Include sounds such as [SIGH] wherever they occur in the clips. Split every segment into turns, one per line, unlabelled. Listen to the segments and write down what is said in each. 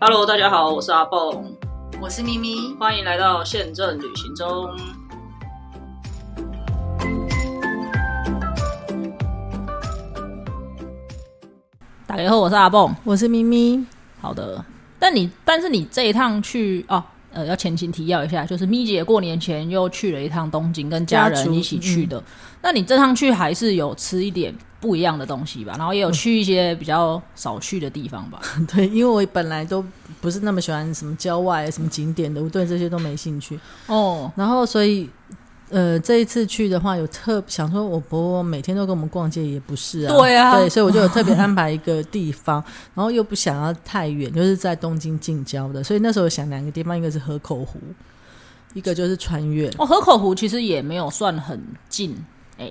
Hello，大家好，我是阿蹦，
我是咪咪，
欢迎来到宪政旅行中。打给后，我是阿蹦。
我是咪咪。 [LAUGHS]
好的，但你但是你这一趟去哦，呃，要前情提要一下，就是咪姐过年前又去了一趟东京，跟家
家
人
族嗯
一起去的。那你这趟去还是有吃一点不一样的东西吧？然后也
嗯
有去一些比较少去的地方吧？
对，因为我本来都不是那么喜欢什么郊外、啊什么景点的，我对这些都没兴趣。
哦，
然后所以，呃，这一次去的话，有特想说，我婆婆每天都跟我们逛街也不是啊，
对啊
对，所以我就有特别安排一个地方，然后又不想要太远，就是在东京近郊的，所以那时候想两个地方，一个是河口湖，一个就是穿越。
哦，河口湖其实也没有算很近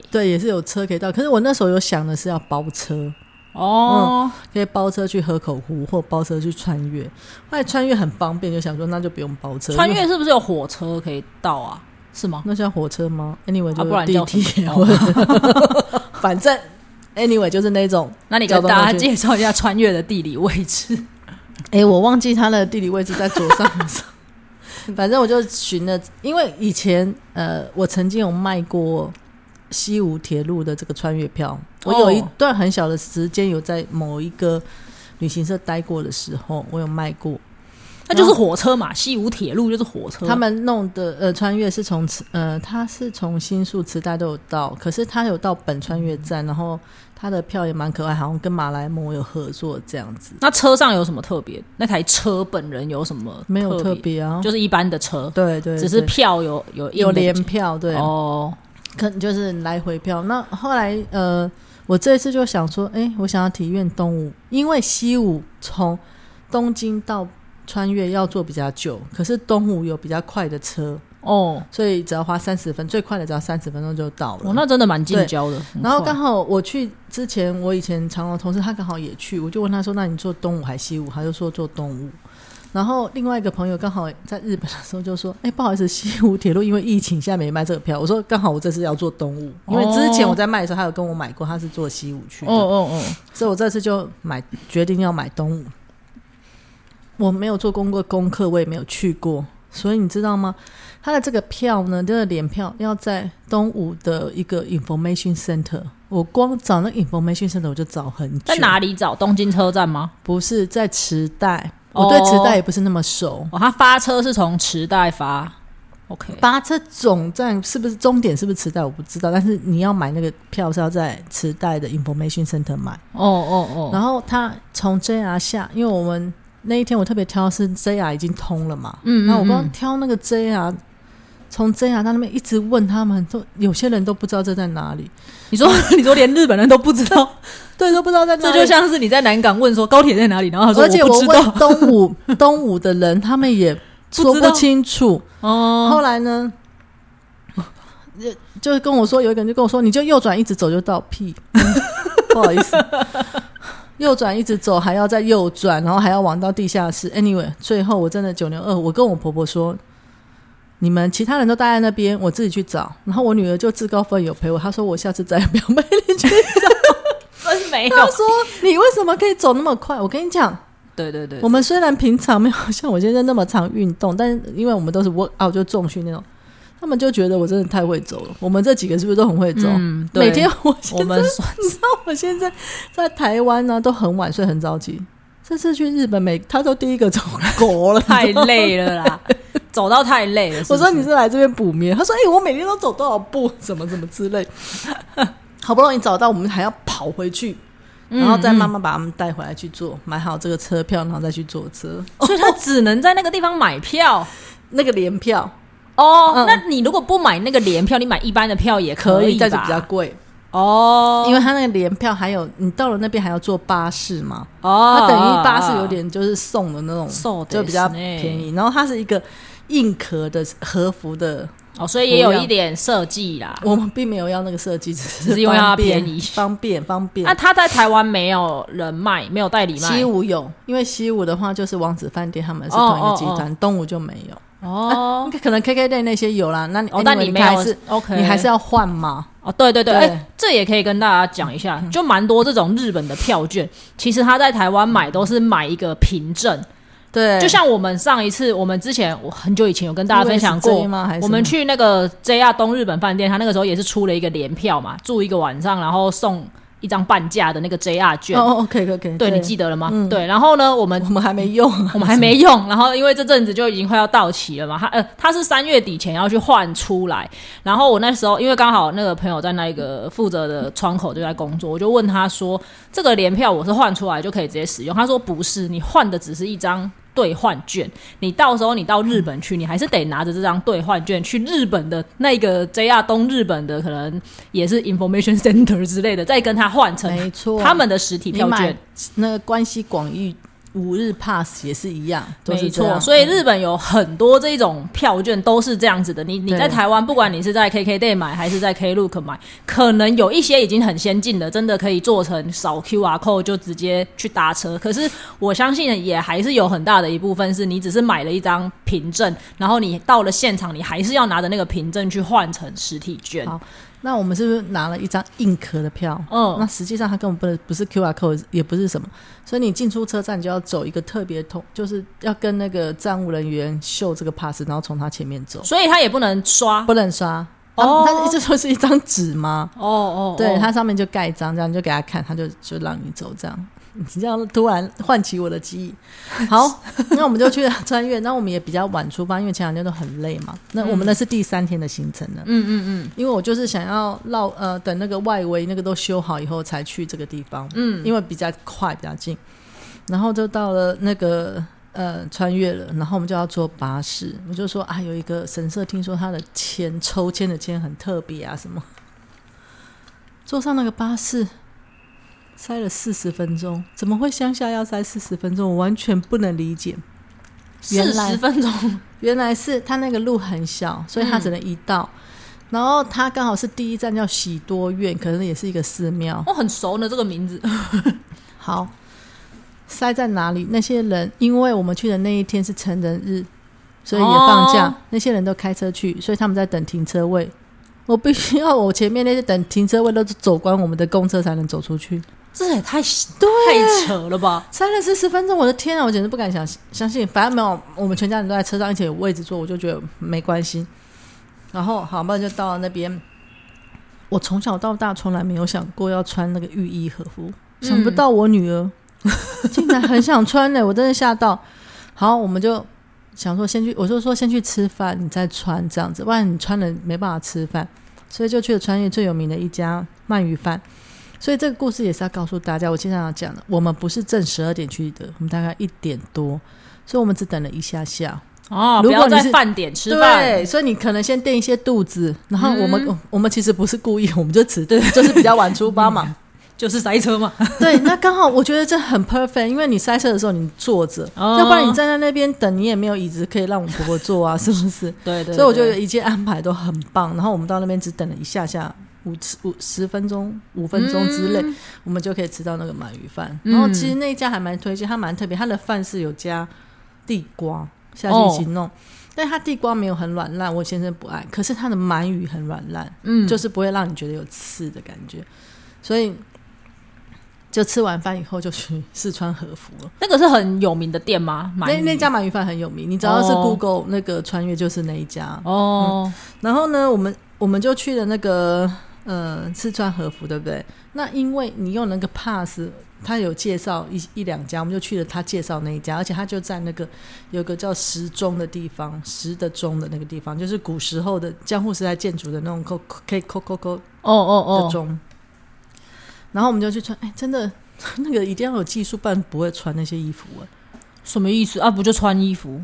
对，也是有车可以到，可是我那时候有想的是要包车，
哦。
可以包车去河口湖或包车去穿越。后来穿越很方便，就想说那就不用包车。
穿
因为
越是不是有火车可以到啊？是吗？
那叫火车吗？Anyway，
啊
就
不然
是地
叫
铁，
什么
[LAUGHS] 反正 anyway 就是那种。
那你
交
跟
通
大家
工具
介绍一下穿越的地理位置。
[LAUGHS]
[LAUGHS]
哎，我忘记它的地理位置在左上 [LAUGHS] 反正我就寻了，因为以前呃，我曾经有卖过西武铁路的这个穿越票。我有一
哦
段很小的时间有在某一个旅行社待过的时候，我有卖过。
那就是火车嘛，西武铁路就是火车。
他们弄的呃穿越是从磁呃，他是从新宿磁带都有到，可是他有到本穿越站，然后他的票也蛮可爱，好像跟马来貘有合作这样子，
那车上有什么特别？那台车本人有什么
没有
特
特？别啊，
就是一般的车，
对对，
只是
对
票有有印的
有联票，对，
哦。
可能就是来回票。那后来呃，我这次就想说，哎，我想要体验东武，因为西武从东京到穿越要坐比较久，可是东武有比较快的车，
哦，
所以只要花三十分，最快的只要三十分钟就到了。
哦，那真的蛮近郊的。
然后刚
好
好我去之前，我以前长隆同事他刚好也去，我就问他说：“那你做东武还西武？”他就说做东武。然后另外一个朋友刚好在日本的时候就说：“哎，不好意思，西武铁路因为疫情现在没卖这个票。”我说：“刚好我这次要做东武，因为之前我在卖的时候，他有跟我买过，他是做西武去的，
哦哦哦，
所以我这次就买决定要买东武。我没有做功过功课，我也没有去过，所以你知道吗？他的这个票呢，这个联票要在东武的一个 information center。我光找那 information center 我就找很久。
在哪里找？东京车站吗？
不是在池袋，
哦
我对池袋也不是那么熟。
哦，他发车是从池袋发。OK，
八车总站是不是终点？是不是池袋？我不知道。但是你要买那个票是要在池袋的 information center 买。
哦哦哦，
然后他从 JR 下，因为我们那一天我特别挑是 JR 已经通了嘛，
嗯嗯
然后我光
嗯
挑那个 JR，从 JR 到那边一直问他们，都有些人都不知道这在哪里，
你说 [LAUGHS] 你说连日本人都不知 [LAUGHS] 道，
对，都不知道在哪
这
里。
就像是你在南港问说高铁在哪里，然后他说
而且
我不知
问
道
东武东武的人，他们也说
不知
不
道
清楚。
哦，
后来呢， [LAUGHS] 就就跟我说，有一个人就跟我说，你就右转一直走就到屁， [LAUGHS] 不好意思，右转一直走还要再右转，然后还要往到地下室。Anyway，最后我真的九牛二虎，我跟我婆婆说。你们其他人都待在那边，我自己去找。然后我女儿就自告奋勇陪我，她说我下次再也不要陪你去。
[LAUGHS] 真没有
她，说你为什么可以走那么快？我跟你讲，
[LAUGHS] 对对对
我，们虽然平常没有像我先生那么常运动，但是因为我们都是 work out 就重训那种，他们就觉得我真的太会走了。我们这几个是不是都很会走？
嗯，对
每天我先
我
生，
们
你知道我现在在台湾呢、都很晚睡，很早起。这次去日本每，他都第一个走国了。
太累了啦， [LAUGHS] 走到太累了。
我说你
是
是来这边补眠，他说：“哎、我每天都走多少步，怎么怎么之类。” [LAUGHS] 好不容易找到，我们还要跑回去，
不是，
然后再
嗯
慢慢把他们带回来去坐，买好这个车票，然后再去坐车。
嗯所以他只能在那个地方买票
那个联票，
[LAUGHS] 哦
嗯。
那你如果不买那个联票，你买一般的票也
可
以
以，但是
吧
比较贵，
哦，
因为它那个联票还有你到了那边还要坐巴士嘛，
哦，
它等于巴士有点就是送的那
送
种，
的
就比较
是呢
便宜。然后它是一个硬壳的和服的，
哦，所以也有一点设计啦。
我们并没有要那个设计，只
只是因为它
方便
便宜啊
方便方便
那。他在台湾没有人卖，没有代理卖
西武有，因为西武的话就是王子饭店，他们是同一个集团，东武就没有。
哦
可能 KK day 那些有啦，那你
哦，但
anyway，
你没
还
有
是
OK，
你还是要换嘛？
哦，对对对，哎、
对嗯
这也可以跟大家讲一下，就蛮多这种日本的票券，其实他在台湾买都是买一个凭证，
对，
就像我们上一次，我们之前我很久以前有跟大家分享过
USJ 吗还是什么
我们去那个 JR 东日本饭店，他那个时候也是出了一个联票嘛，住一个晚上，然后送一张半价的那个 JR 券。
哦嗯哦，可以可以可以，
对你记得了吗？对，然后呢，我们
我们还没用，啊
我们还没用，然后因为这阵子就已经快要到期了嘛，他呃他是三月底前要去换出来，然后我那时候因为刚好那个朋友在那个负责的窗口就在工作，我就问他说这个联票我是换出来就可以直接使用，他说不是，你换的只是一张。兑换券，你到时候你到日本去，你还是得拿着这张兑换券去日本的那个 JR 东日本的可能也是 Information Center 之类的，再跟他换成
没错
他们的实体
你
票券
买。那个关西广域五日 pass 也是一样，都
没
是这样
错，所以日本有很多这种票券都是这样子的。你你
对
在台湾，不管你是在 KKday 买还是在 Klook 买，可能有一些已经很先进的，真的可以做成扫 QR code 就直接去搭车。可是我相信也还是有很大的一部分是你只是买了一张凭证，然后你到了现场，你还是要拿着那个凭证去换成实体券。
好那我们是不是拿了一张硬壳的票？
嗯
那实际上它根本不能不是 QR code，也不是什么，所以你进出车站你就要走一个特别通，就是要跟那个站务人员秀这个 pass，然后从他前面走，
所以他也不能刷。
不能刷。
哦
它它这就是一张纸吗？
哦哦，
对，
哦
它上面就盖一张，这样你就给他看，他就就让你走这样。 [LAUGHS] 你这样突然唤起我的记忆。 [LAUGHS] 好，那我们就去穿越。那我们也比较晚出发，因为前两天都很累嘛。那我们那是第三天的行程了。嗯嗯嗯。因为我就是想要绕呃，等那个外围那个都修好以后才去这个地方。嗯，因为比较快，比较近。然后就到了那个呃穿越了，然后我们就要坐巴士。我就说啊，有一个神社，听说他的签抽签的签很特别啊，什么。坐上那个巴士，塞了四十分钟，怎么会乡下要塞四十分钟？我完全不能理解。
四
原来
十分钟，
原来是他那个路很小，所以他只能一道。然后他刚好是第一站叫喜多院，可能也是一个寺庙。
[LAUGHS] 我很熟呢这个名字。
好，塞在哪里？那些人，因为我们去的那一天是成人日，所以也放假，
哦
那些人都开车去，所以他们在等停车位。我必须要，我前面那些等停车位都是走光我们的公车才能走出去。
这也太
对
太扯了吧！
塞了四十分钟，我的天啊，我简直不敢想相信。反正没有，我们全家人都在车上，而且有位置坐，我就觉得没关系。然后好，不然就到了那边。我从小到大从来没有想过要穿那个浴衣和服，
嗯
想不到我女儿竟然很想穿呢、我真的吓到。好，我们就想说先去，我就说先去吃饭，你再穿这样子，不然你穿了没办法吃饭。所以就去了穿越最有名的一家鳗鱼饭。所以这个故事也是要告诉大家，我经常要讲的，我们不是正十二点去的，我们大概一点多，所以我们只等了一下下。
哦，
如
不
果
要在
你是
饭点吃饭，
对，所以你可能先垫一些肚子，然后我们、我们其实不是故意，我们就迟，对，就是比较晚出发嘛。
就是塞车嘛。
对，那刚好我觉得这很 perfect，因为你塞车的时候你坐着，
哦
[LAUGHS] 要不然你站在那边等，你也没有椅子可以让我们婆婆坐啊，是不是？
对对
所以我觉得
对
一切安排都很棒。然后我们到那边只等了一下下，五十五十分钟、五分钟之内，
嗯
我们就可以吃到那个鳗鱼饭。然后其实那一家还蛮推荐，它蛮特别，它的饭是有加地瓜下去一
哦
起弄。但它地瓜没有很软烂，我先生不爱。可是它的鳗鱼很软烂，
嗯
就是不会让你觉得有刺的感觉。所以就吃完饭以后就去四川和服了。
那个是很有名的店吗？买
那那家鳗鱼饭很有名，你只要是
哦
Google 那个穿越就是那一家。
哦，
然后呢，我们我们就去了那个呃四川和服，对不对？那因为你用那个 pass，他有介绍一一两家，我们就去了他介绍那一家，而且他就在那个有个叫石钟的地方，石的钟的那个地方，就是古时候的江户时代建筑的那种扣可以扣扣扣
哦
的
哦哦，
钟。然后我们就去穿，哎，真的那个一定要有技术，不然不会穿那些衣服、啊。
什么意思啊？不就穿衣服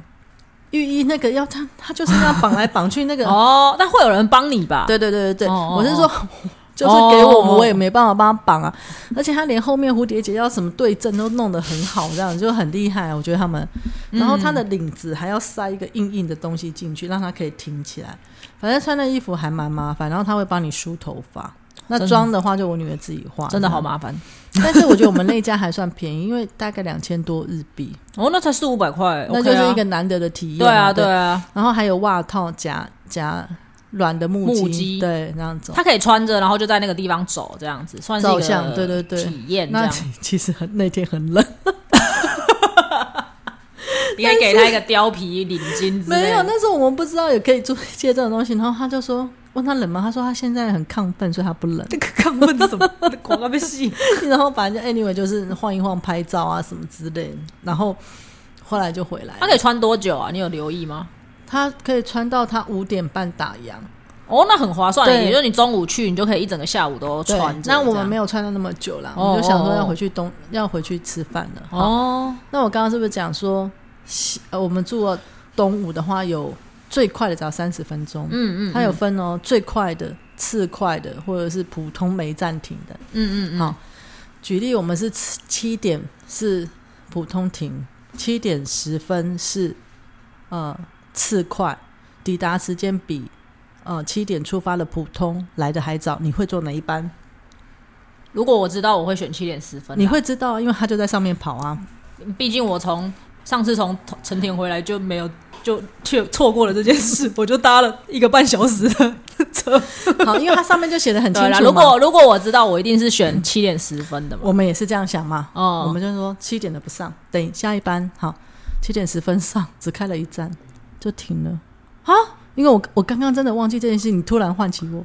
浴衣那个要他他就是要绑来绑去，那个
哦？但会有人帮你吧？
啊对对对对对，
哦哦
我是说 [LAUGHS]
哦，
就是给我们，
哦
我也没办法帮他绑啊。而且他连后面蝴蝶结要什么对症都弄得很好，这样就很厉害。我觉得他们，然后他的领子还要塞一个硬硬的东西进去，让它可以挺起来。反正穿的衣服还蛮麻烦，然后他会帮你梳头发。那
真的
妆的话，就我女儿自己化，
啊真的好？麻烦。
但是我觉得我们那一家还算便宜，因为大概两千多日
[LAUGHS]
币，
哦，那才四五百块，
那
OK
就
啊
是一个难得的体验
对
嘛。
啊对啊，
然后还有袜套夹夹软的木
木
屐，
屐
对，那样走。
他可以穿着，然后就在那个地方走，这样子算是一
照相
个
对对对 [LAUGHS]
体验这
那
样。
其其实很那天很冷，
你可以给他一个貂皮领巾之类的
没有，那时候我们不知道也可以做一些这种东西，然后他就说问他冷吗？他说他现在很亢奋，所以他不 [LAUGHS] 冷。
这个看问什 [LAUGHS] 么？广告被戏。
然后反正 anyway 就是晃一晃拍照啊什么之类的，然后后来就回来了。
他可以穿多久啊？你有留意吗？
他可以穿到他五点半打烊，
哦，那很划算。
对
也就是你中午去，你就可以一整个下午都
对
穿。着。
那我们
这样
没有穿到那么久啦，
哦
我们就想说
哦
要回去东要回去吃饭了。好，
哦，
那我刚刚是不是讲说，西呃，我们住了东吴的话有最快的只要三十分钟，
嗯嗯，
它有分哦，最快的、次快的，或者是普通没暂停的。
嗯嗯嗯，
好举例，我们是七七点是普通停，七点十分是呃次快，抵达时间比呃七点出发的普通来的还早。你会坐哪一班？
如果我知道，我会选七点十分。
你，会知道啊，因为他就在上面跑啊。
毕竟我从上次从成田回来就没有。就却错过了这件事，我就搭了一个半小时的车。
好，因为它上面就写的很
[LAUGHS]
清
对啦，
楚嘛。
如果如果我知道，我一定是选七点十分的嘛。
我们也是这样想嘛，
哦
我们就说七点的不上，等下一班好，七点十分上，只开了一站就停了啊，因为我我刚刚真的忘记这件事，你突然唤起我，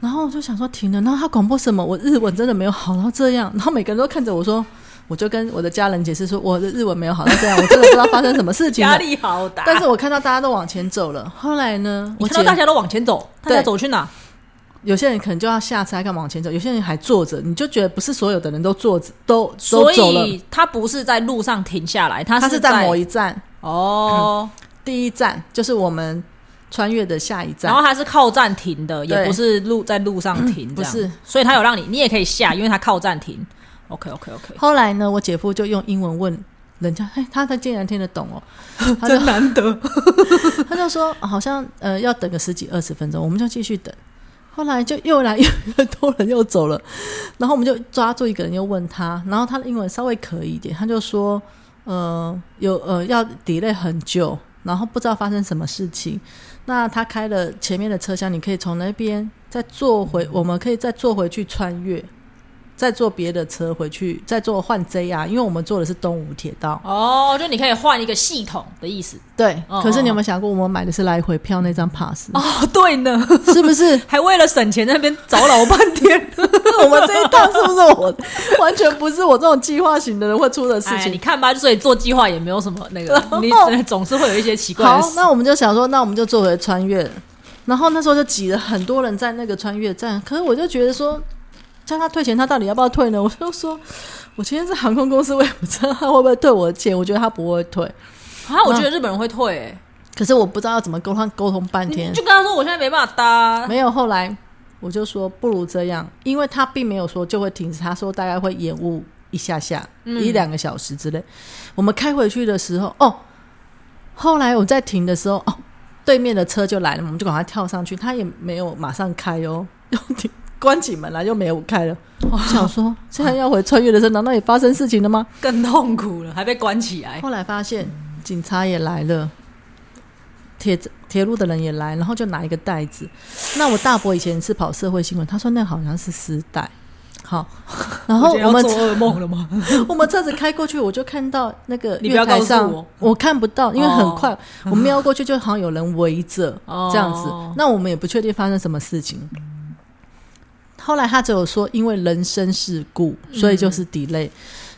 然后我就想说停了，然后他广播什么，我日文真的没有好到这样，然后每个人都看着我说。我就跟我的家人解释说，我的日文没有好到这样，我真的不知道发生什么事情
[LAUGHS]
了
压。力好大。
但是我看到大家都往前走了，后来呢，
我
我
看到
姐
大家都往前走，大家
对
走去哪？
有些人可能就要下车还敢往前走，有些人还坐着，你就觉得不是所有的人都坐着都都
所
走了。
以他不是在路上停下来，他
它
是
是在某一站，
哦，
第一站就是我们穿越的下一
然
站
后。他是靠站停的，也
对
不是路在路上停，这样
不是，
所以他有让你，你也可以下，因为他靠站停。OK OK OK，
后来呢，我姐夫就用英文问人家，哎，他他竟然听得懂哦，他就
难得。
他就说啊好像呃要等个十几二十分钟，我们就继续等。后来就又来越越多人又走了，然后我们就抓住一个人又问他，然后他的英文稍微可以一点，他就说呃有呃要 delay 很久，然后不知道发生什么事情。那他开了前面的车厢，你可以从那边再坐回，我们可以再坐回去穿越，再坐呃别的车回去，再坐换 JR，因为我们坐的是东武铁道。
[LAUGHS] 哦，就你可以换一个系统的意思。
对，
哦
可是你
哦
有没有想过，我们买的是来回票那 [LAUGHS] 张 pass，、
哦，对呢，
是不是？
[LAUGHS]
[LAUGHS]
还为了省钱在那边找老半天
我们这一趟是不是我 [LAUGHS] 完全不是我这种计划型的人会出的事
哎，
情？
你看吧，所以做计划也没有什么那 [LAUGHS] 个，你
然后
总是会有一些奇怪的
好
事，。
那我们就想说，那我们就做回穿越。然后那时候就挤了很多人在那个穿越站，可是我就觉得说，叫他退钱，他到底要不要退呢？我就说， [LAUGHS] 我今天是航空公司，我也不知道他会不会退我的钱，我觉得他不会退。
啊，我觉得日本人会退、哎
可是我不知道要怎么沟通沟通半
你
天
就，跟他说我现在没办法搭。
没有。后来我就说，不如这样，因为他并没有说就会停止，他说大概会延误一下下，一两个小时之类。我们开回去的时候，哦，后来我在停的时候，哦，对面的车就来了，我们就赶快跳上去，他也没有马上开哦，又停关起门来又没有开了。我想说，现在要回穿越的时候，难道也发生事情了吗？
更痛苦了，还被关起来。
后来发现警察也来了，铁铁路的人也来，然后就拿一个袋子。那我大伯以前是跑社会新闻，他说那好像是丝带。
[LAUGHS]
好，然后
今天
我们
要做噩梦了吗？
[LAUGHS] 我们车子开过去，我就看到那个
[LAUGHS] 你不要
月台上
告诉我
看不到，因为很快、我瞄过去，就好像有人围着、
[LAUGHS] 哦
这样子。那我们也不确定发生什么事情。后来他只有说，因为人身事故，
嗯
所以就是 delay，、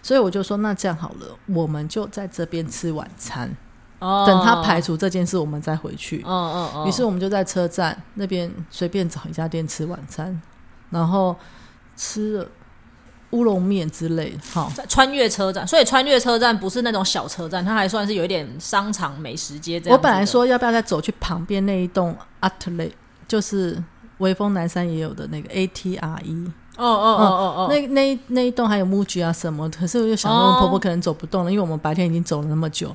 所以我就说那这样好了，我们就在这边吃晚餐，
哦
等他排，除这件事，我们再回去。
嗯嗯嗯，
于是我们就在车站那边随便找一家店吃晚餐，然后吃了乌龙面之类的，好，
在穿越车站，所以穿越车站不是那种小车站，它还算是有一点商场、美食街这样子的。
我本来说要不要再走去旁边那一栋 Atle，就是微风南山也有的那个 A T R E，、
哦，哦哦哦哦，
那那那一栋还有 Muji 啊什么，可是我就想
哦
说婆婆可能走不动了，因为我们白天已经走了那么久，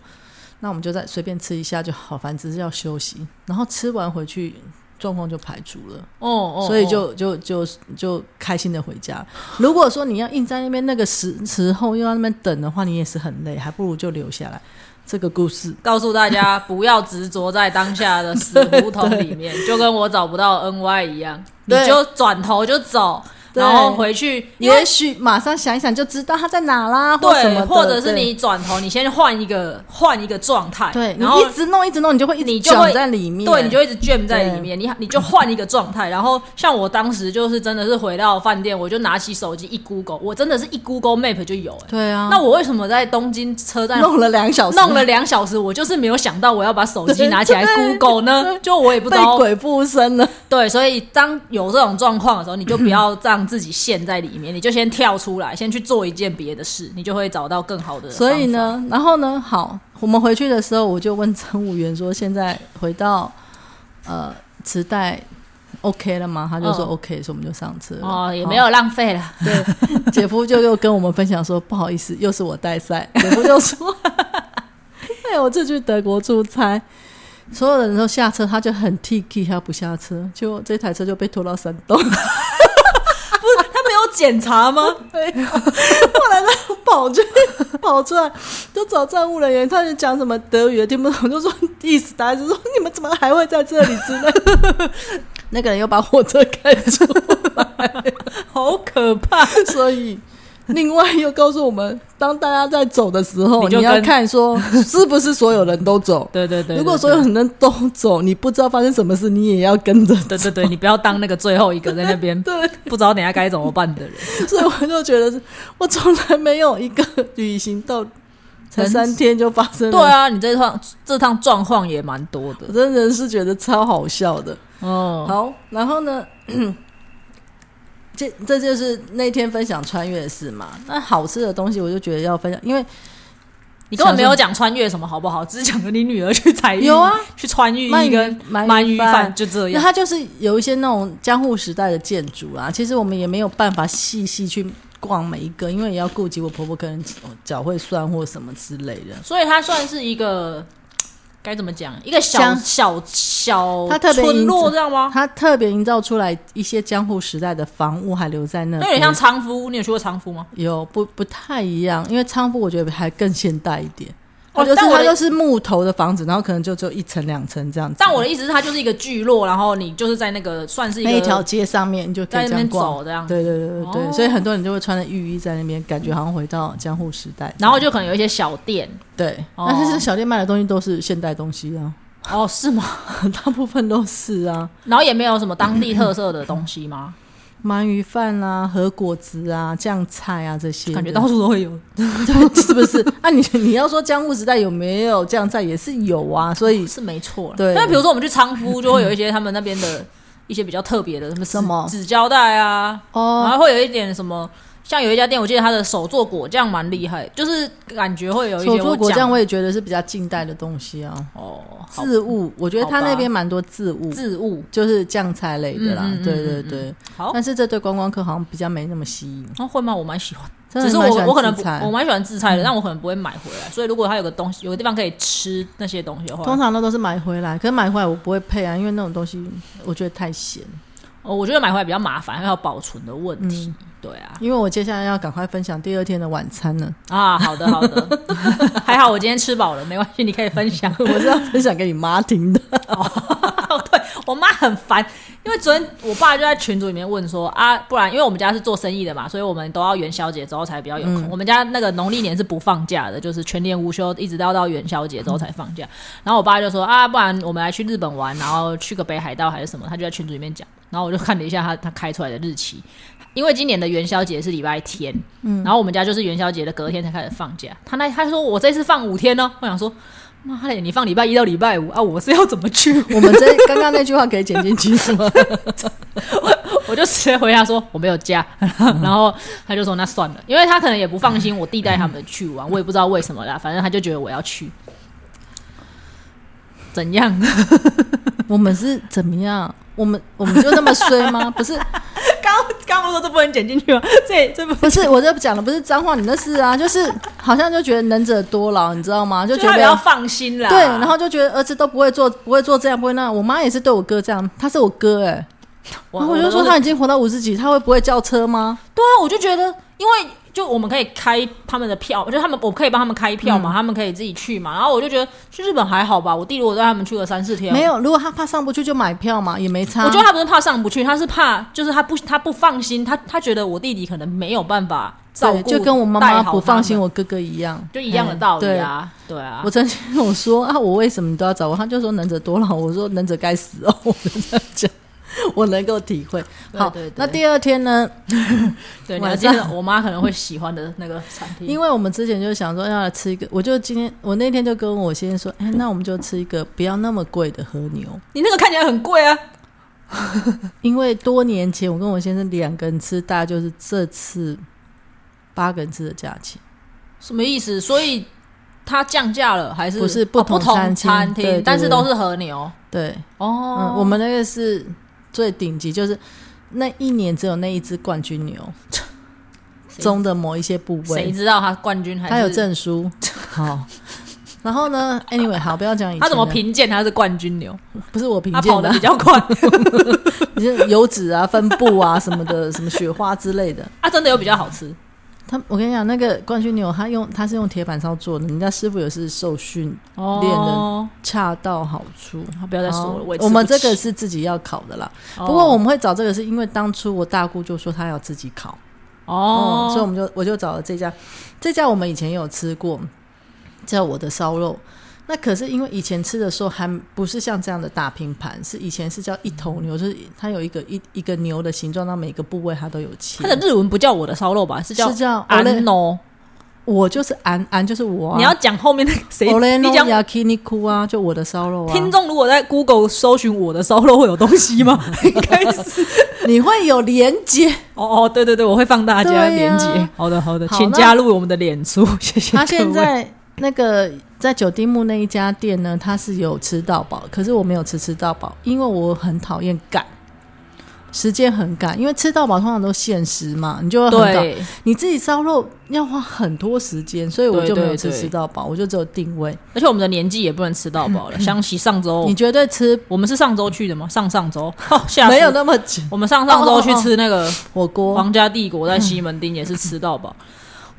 那我们就再随便吃一下就好，反正只是要休息。然后吃完回去状况就排除了，
哦哦，
所以
哦
就就就就开心的回家。如果说你要硬在那边那个时时候又要那边等的话，你也是很累，还不如就留下来。这个故事
告诉大家不要执着在当下的
[LAUGHS]
死胡同里面，就跟我找不到 N Y 一样，你
对
就转头就走。
对
然后回去，因为
也许马上想一想就知道它在哪啦，或什
对，
么的
或者是
对
你转头，你先换一个换一个状态，
对，你
然后
一直弄一直弄，你就会一直
你就会
卷在里面，
对，你就一直卷在里面，你你就换一个状态。然后像我当时就是真的是回到饭店，我就拿起手机一 Google，我真的是一 Google Map 就有、欸。
对啊，
那我为什么在东京车站
弄了两个小时，
弄了两小时，我就是没有想到我要把手机拿起来
对
Google 呢？就我也不知
被
道。
鬼附身了，
对，所以当有这种状况的时候，你
[LAUGHS]
就不要让自己陷在里面，你就先跳出来，先去做一件别的事，你就会找到更好的。
所以，呢，然后呢，好，我们回去的时候，我就问乘务员说，现在回到呃磁带 OK 了吗？他就说
嗯
OK，、所以我们就上车了
哦，也没。有浪费了。
好姐夫就又跟我们分享说，不好意思，又是我带赛。姐夫就说， [LAUGHS] 哎，我这去德国出差。所有的人都下车，他就很 T K，他不下车，结果这台车就被拖到山洞。
他没有检查吗？
[LAUGHS] 对，后来他跑出去跑出来，就找站务人员，他就讲什么德语也听不懂，就说意思大家就说你们怎么还会在这里之类的。 [LAUGHS] 那个人又把火车开出来，
好可怕！
[LAUGHS] 所以另外又告诉我们，当大家在走的时候，
你
你
就
要
跟
看 [LAUGHS] 说是不是所有人都走。
[LAUGHS] 对对对，
如
对
果所有人都走，你不知道发生什么事，你也要跟着
[LAUGHS] 对对对，你不要当那个最后一个在那 [LAUGHS] 边
对。
不知道等下该怎么办的人。
[LAUGHS] 所以我就觉得，我从来没有一个旅行到才
人
三天就发生了
[LAUGHS] 对啊，你这趟这趟状况也蛮多的
我真的是觉得超好笑的。
哦。
好，然后呢，这这就是那天分享穿越的事嘛。那好吃的东西，我就觉得要分享，因为
你根本没有讲穿越什么好不好？只是讲了你女儿去采玉，
有啊，
去穿浴
鳗
衣
鱼
跟
鳗鱼
鳗鱼饭
饭
就这
那
样。
它就是有一些那种江户时代的建筑啊，其实我们也没有办法细细去逛每一个，因为也要顾及我婆婆可能脚会酸或什么之类的。
[LAUGHS] 所以它算是一个该怎么讲？一个小
像
小小
它特别
村
营
落
造
这样吗？
它特别营造出来一些江户时代的房屋还留在那，
那有点像仓敷，你有去过仓敷吗？
有不不太一样，因为仓库我觉得还更现代一点。
哦
哦，就是
但我
它
的
就是木头的房子，然后可能就只有一层两层这样子。
但我的意思是，它就是一个聚落，然后你就是在那个算是一
那一条
个
街上面，你就可
在
以
那
这样
边
逛。
走这样，
对对对对对，
哦
所以很多人就会穿着浴衣在那边，感觉好像回到江户时代。
然后就可能有一些小店。
对，
嗯哦
但是这小店卖的东西都是现代东
[LAUGHS]
西啊，
哦，是吗？
大部分都是啊，
然后也没有什么当地特色的东西吗？
[COUGHS] 鳗鱼饭啊、和果子啊、酱菜啊这些的，
感觉到处都会有。
[LAUGHS] 是不是？啊，你你要说江户时代有没有酱菜，也是有啊，所以
哦是没错啦。
对
那比如说我们去仓敷，就会有一些他们那边的一些比较特别的，什么纸
什么
纸胶带啊，然
哦，
后会有一点什么，像有一家店，我记得他的手做果酱蛮厉害，就是感觉会有一
手
些
做果酱
酱
我也觉得是比较近代的东西啊。
哦，好
渍物，我觉得他
好吧
那边蛮多渍物，
自物
就是酱菜类的啦。
嗯嗯嗯
对
嗯
对
嗯
对，
好。
但是这对观光客好像比较没那么吸引。
哦，会吗？我蛮喜欢，
真的
只是
蛮
我
喜欢
我可能
吃
不
菜嗯
我蛮喜欢自菜的，但我可能不会买回来。所以如果它有个东西，有个地方可以吃那些东西的话，
通常那都是买回来，可是买回来我不会配啊，因为那种东西我觉得太咸。
哦，我觉得买回来比较麻烦，还有保存的问题。
嗯
对啊，
因为我接下来要赶快分享第二天的晚餐了， [LAUGHS]
啊，好的好的， [LAUGHS] 还好我今天吃饱了，没关系，你可以分享。
我是要分享给你妈听的。
[LAUGHS] 哦对我妈很烦，因为昨天我爸就在群组里面问说啊，不然因为我们家是做生意的嘛，所以我们都要元宵节之后才比较有空。我们家那个农历年是不放假的，就是全年无休，一直到到元宵节之后才放假。然后我爸就说啊，不然我们来去日本玩，然后去个北海道还是什么，他就在群组里面讲。然后我就看了一下他他开出来的日期，因为今年的元宵节是礼拜天，嗯，然后我们家就是元宵节的隔天才开始放假。他那他说我这次放五天呢、哦我想说。妈嘞！你放礼拜一到礼拜五啊，我是要怎么 [LAUGHS] 去？
我们这刚刚那句话可以剪进去是吗？
我就直接回答说我没有家， [LAUGHS] 然后他就说那算了，因为他可能也不放心我弟带他们去玩，我也不知道为什么啦，反正他就觉得我要去。怎样？
我们是怎么样？我们我们就那么
[LAUGHS]
衰吗？不是
[LAUGHS] 刚刚不是说这不能剪进去吗？ [LAUGHS] 这这不
不是，我这讲的不是脏话，你那是啊，就是好像就觉得能者多劳，你知道吗？就
就
觉
他比
得
较放心啦。
对，然后就觉得儿子都不会做，不会做这样，不会那样。我妈也是对我哥这样，他是我哥哎、欸，
我
然后我就说他已经活到五十几，他会不会叫车吗？
对啊，我就觉得因为。就我们可以开他们的票，就是他们我可以帮他们开票嘛，他们可以自己去嘛。然后我就觉得去日本还好吧，我弟如果让他们去个三四天，
没有，如果他怕上不去就买票嘛，也没差。
啊我觉得他不是怕上不去，他是怕就是他不他不放心，他他觉得我弟弟可能没有办法照
对，
顾，
就跟我妈妈不放心
我，
我哥哥一样，
就一样的
嗯
道理
对
啊，对啊
我。曾经跟我说啊，我为什么你都要找我？他就说能者多劳，我说能者该死哦，我 [LAUGHS] 就这样讲，我能够体会。
对
好，
对对
那第二天呢？
对，你
晚
要记得
上
我妈可能会喜欢的那个餐厅，
因为我们之前就想说要来吃一个，我就今天我那天就跟我先生说，哎，那我们就吃一个不要那么贵的和牛，
你那个看起来很贵啊，
因为多年前我跟我先生两个人吃，大概就是这次八个人吃的价钱。
什么意思？所以它降价了还是
不是
哦
不
不
同
同
餐厅
餐
对对
厅，但是
对
都是和牛
对，
哦
嗯，我们那个是最顶级，就是那一年只有那一只冠军牛
谁
中的某一些部
谁
位，
知道他冠军还是
它有证
[LAUGHS]
书。好，然后呢？Anyway，好，不要讲以前
他
的
怎么？评鉴他是冠军牛？
不是我评
他跑
鉴
得
的
比，
[LAUGHS]
较快 [LAUGHS]
你是油脂啊、分布啊什么的，什么雪花之类的。
啊，真的有比较好吃
他，我跟你讲，那个冠军牛，他用他是用铁板烧做的，人家师傅也是受训，练
哦。
恰到好处。
好不要再说了，
哦
我也吃
我们
不
这
起
个是自己要烤的啦。
哦
不过我们会找这个，是因为当初我大姑就说她要自己烤，
哦
嗯，所以我们就我就找了这家，这家我们以前也有吃过，叫我的烧肉。那可是因为以前吃的时候还不是像这样的大拼盘，是以前是叫一头牛，就是它有一个一一个牛的形状，那每个部位它都有切。
它的日文不叫我的烧肉吧，是叫
是叫
安
Olen-
诺。
我就是安安就是我、啊，
你要讲后面那个谁？你
Oleno
讲
yakiniku 啊，就我的烧肉啊。
听众如果在 Google 搜寻我的烧肉会有东西
[LAUGHS]
吗？应该是
你会有连接，
哦哦，对对对，我会放大家
对
连
呀
接。好的好的，
好
请
那
加入我们的脸书， [LAUGHS] 谢谢各
他
位。
现在那个在九丁目那一家店呢，他是有吃到饱，可是我没有吃吃到饱，因为我很讨厌赶，时间很赶，因为吃到饱通常都限时嘛，你就会很赶。
对
你自己烧肉要花很多时间，所以我就没有
对
吃
对对
吃到饱，我就只有定位。
而且我们的年纪也不能吃到饱了。想起上周
嗯你，绝对吃
我们是上周去的吗？上上周，哦，吓死
没有。哦那么久
我们上上周去吃那个
火锅，
皇家帝国，在西门町也是吃到饱。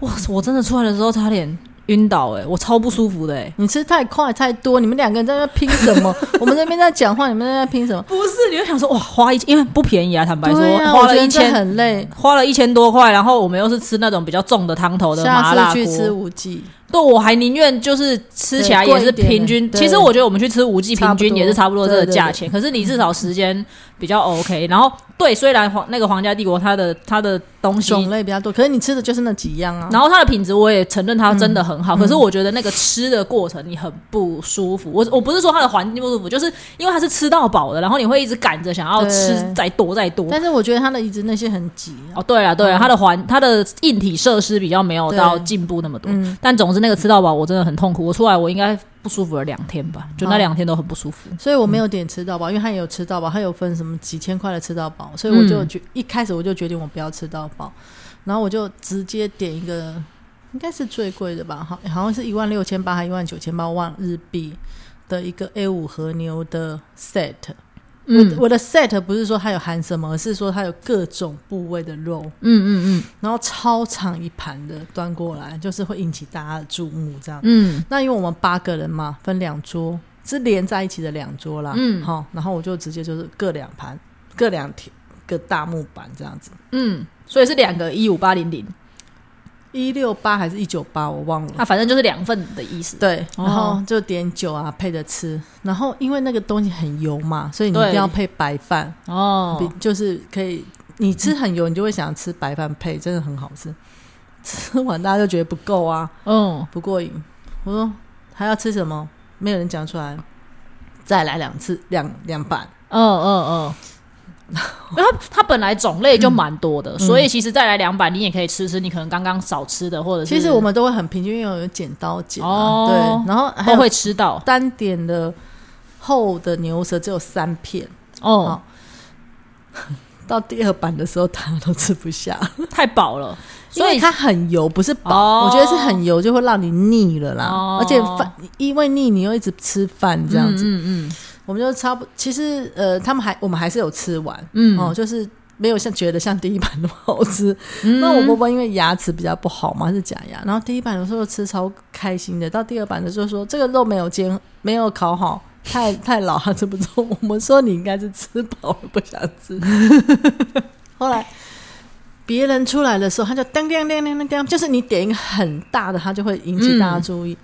哇，我真的出来的时候差点晕倒、欸，我超不舒服的、欸，
你吃太快太多，你们两个人在那拼什
[LAUGHS]
么？我们这边在讲话，你们在那拼什么？
不是，你就想说哇，花一因为不便宜啊，坦白说，
对呀、
花
我觉
了
得
一
这
千，
很累。
花了一千多块，然后我们又是吃那种比较重的汤头的麻
下
辣
次
锅
去，吃无忌。
对，我还宁愿就是吃起来也是平均。
对贵一点的对
其实我觉得我们去吃五 G
差
平
不多
均也是差不多这个价钱，可是你至少时间比较 OK。然后对，虽然皇那个皇家帝国它的它的东西
种类比较多，可是你吃的就是那几样啊。
然后它的品质我也承认它
嗯
真的很好，可是我觉得那个吃的过程你很不舒服。我我不是说它的环境不舒服，就是因为它是吃到饱的，然后你会一直赶着想要吃
对
再多再多。
但是我觉得他的椅子那些很挤啊，
哦，对了对了，
嗯
它的环它的硬体设施比较没有
对
到进步那么多，
嗯
但总之那个吃到饱我真的很痛苦，我出来我应该不舒服了两天吧，就那
哦
两天都很不舒服。
所以我
嗯
没有点吃到饱，因为他也有吃到饱，他有分什么几千块的吃到饱，所以我就
嗯
决、一开始我就决定我不要吃到饱，然后我就直接点一个应该是最贵的吧，好好像是一万六千八还一万九千八万日币的一个 A 五和牛的 set。
嗯
我的 set 不是说它有含什么，而是说它有各种部位的肉，
嗯嗯
然后超长一盘的端过来，就是会引起大家的注目这样。
嗯
那因为我们八个人嘛，分两桌，是连在一起的两桌啦。
嗯
好，然后我就直接就是各两盘，各两条个大木板这样子，
嗯嗯，所以是两个一五八零零，
一六八还是一九八，我忘了。
啊，反正就是两份的意思。
对，
哦
然后就点酒啊，配着吃。然后因为那个东西很油嘛，所以你一
对
定要配白饭，
哦
比就是可以。你吃很油，你就会想吃白饭配，真的很好吃。 [LAUGHS] 吃完大家就觉得不够啊，
嗯，
不过瘾。我说还要吃什么？没有人讲出来，再来两次，两两板。
嗯嗯 [LAUGHS] 嗯，因为它它本来种类就蛮多
嗯
的，所以其实再来两百，你也可以吃吃你可能刚刚少吃的，或者是
其实我们都会很平均，因为有剪刀剪、啊，
哦
对，然后还
都
有
会吃到。
单点的厚的牛舌只有三片，
哦
好， [LAUGHS] 到第二版的时候大家都吃
[LAUGHS]
不下，
太饱了，
因
所
为
以
它很油，不是饱，
哦
我觉得是很油就会让你腻了啦，
哦
而且饭因为腻你又一直吃饭这样子，
嗯嗯
我们就差不，其实呃他们还我们还是有吃完，
嗯
哦，就是没有像觉得像第一版那么好吃。
嗯
那我婆婆因为牙齿比较不好嘛，是假牙，然后第一版的时候吃超开心的，到第二版的时候说这个肉没有煎，没有烤好。太太老，她吃不中。 [LAUGHS] 我们说你应该是吃饱了，不想吃。后来别人出来的时候，他就当当当当当当，就是你点一个很大的，他就会引起大家注意。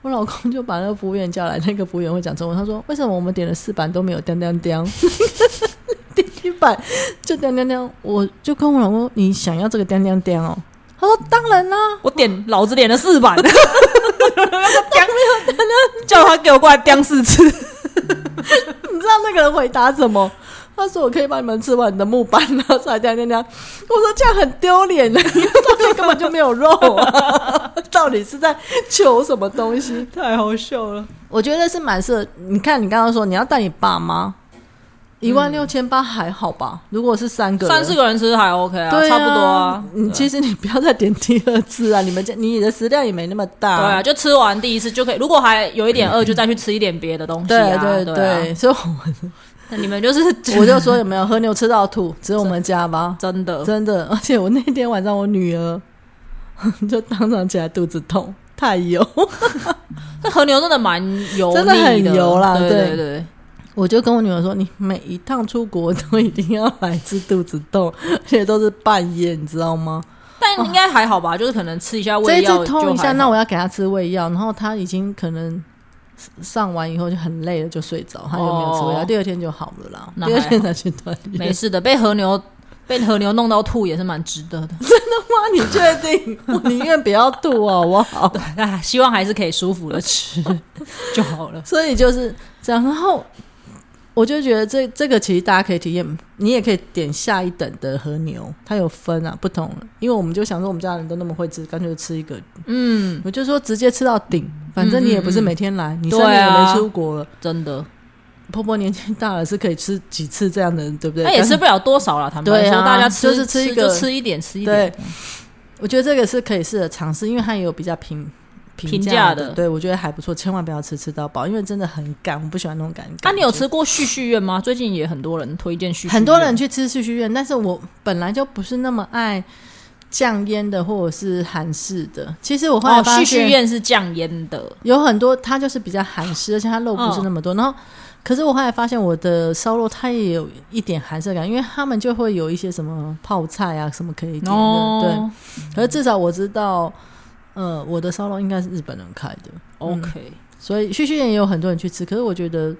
我老公就把那个服务员叫来，那个服务员会讲中文，他说：“为什么我们点了四版都没有当当当？” [LAUGHS] 第一版就当当当，我就跟我老公：“你想要这个当当当哦？”他说：“当然啦、
我点老子点了四 [LAUGHS]
[LAUGHS]
版，叫他给我过来颠四次。
[LAUGHS] 你知道那个人回答什么？他说：“我可以帮你们吃完你的木板，然 [LAUGHS] 后再这样这样这样。”我说：“这样很丢脸 [LAUGHS] 的，因为上面根本就没有肉、啊， [LAUGHS] 到底是在求什么东西
[LAUGHS] 太好笑了。？”
我觉得是蛮适合。你看，你刚刚说你要带你爸妈，一万六千八还好吧？如果是三个人，
三四个人吃还 OK 啊，
对
差
啊
不多啊。
你其实你不要再点第二次啊！你们家你的食量也没那么大、
对啊，就吃完第一次就可以。如果还有一点饿，就再去吃一点别的东西
对、
啊。
对
对
对
啊，
所以我
那你们就是 [LAUGHS]
我就说有没有和牛吃到吐？只有我们家吧。
真的
真的， [LAUGHS] 而且我那天晚上我女儿 [LAUGHS] 就当场起来肚子痛，太油， [LAUGHS]
这和牛真的蛮油腻，
真的很油啦
对
对
对对，
我就跟我女儿说：“你每一趟出国都一定要来吃肚子痛，而且都是半夜，你知道吗？
但应该还好吧，就是可能吃一下
这
胃
一
药
次
就
痛一
还
下，
好
那我要给她吃胃药，然后她已经可能上完以后就很累了，就睡着，她就没有吃胃药，
哦
第二天就好了啦。
那
第二
还好
天才去锻
[LAUGHS] 没
炼。 [LAUGHS]
事的，被和牛被和牛弄到吐也是蛮值得的。 [LAUGHS]
哇，你确定？ [LAUGHS] 我宁愿不要吐好不好？
啊，希望还是可以舒服的
[LAUGHS]
吃就好了。
所以就是这样。然后我就觉得这这个其实大家可以体验，你也可以点下一等的和牛，它有分啊，不同。因为我们就想说，我们家人都那么会吃，干脆就吃一个。
嗯，
我就说直接吃到顶，反正你也不是每天来，你
对
三年也
啊
没出国了。
真的，
婆婆年纪大了，是可以吃几次这样的，对不对？
那也
但
吃不了多少啦。坦白
对
说，
啊
大家吃
就是吃一个
就吃一点，吃一点
对。我觉得这个是可以试着尝试，因为它也有比较平
平价
价
的
对我觉得还不错。千万不要吃吃到饱，因为真的很赶，我不喜欢那种感觉。
啊，你有吃过旭旭苑吗？最近也很多人推荐旭旭苑，
很多人去吃旭旭苑，但是我本来就不是那么爱酱腌的或者是韩式的。其实我后来
哦，
发
旭旭
现
苑是酱腌的，
有很多它就是比较韩式，而且它肉不是那么多。
嗯
然后，可是我后来发现我的烧肉它也有一点韩式感，因为他们就会有一些什么泡菜啊什么可以点的。
哦
对，可是至少我知道，呃，我的烧肉应该是日本人开的。
，OK，
所以旭旭苑也有很多人去吃，可是我觉得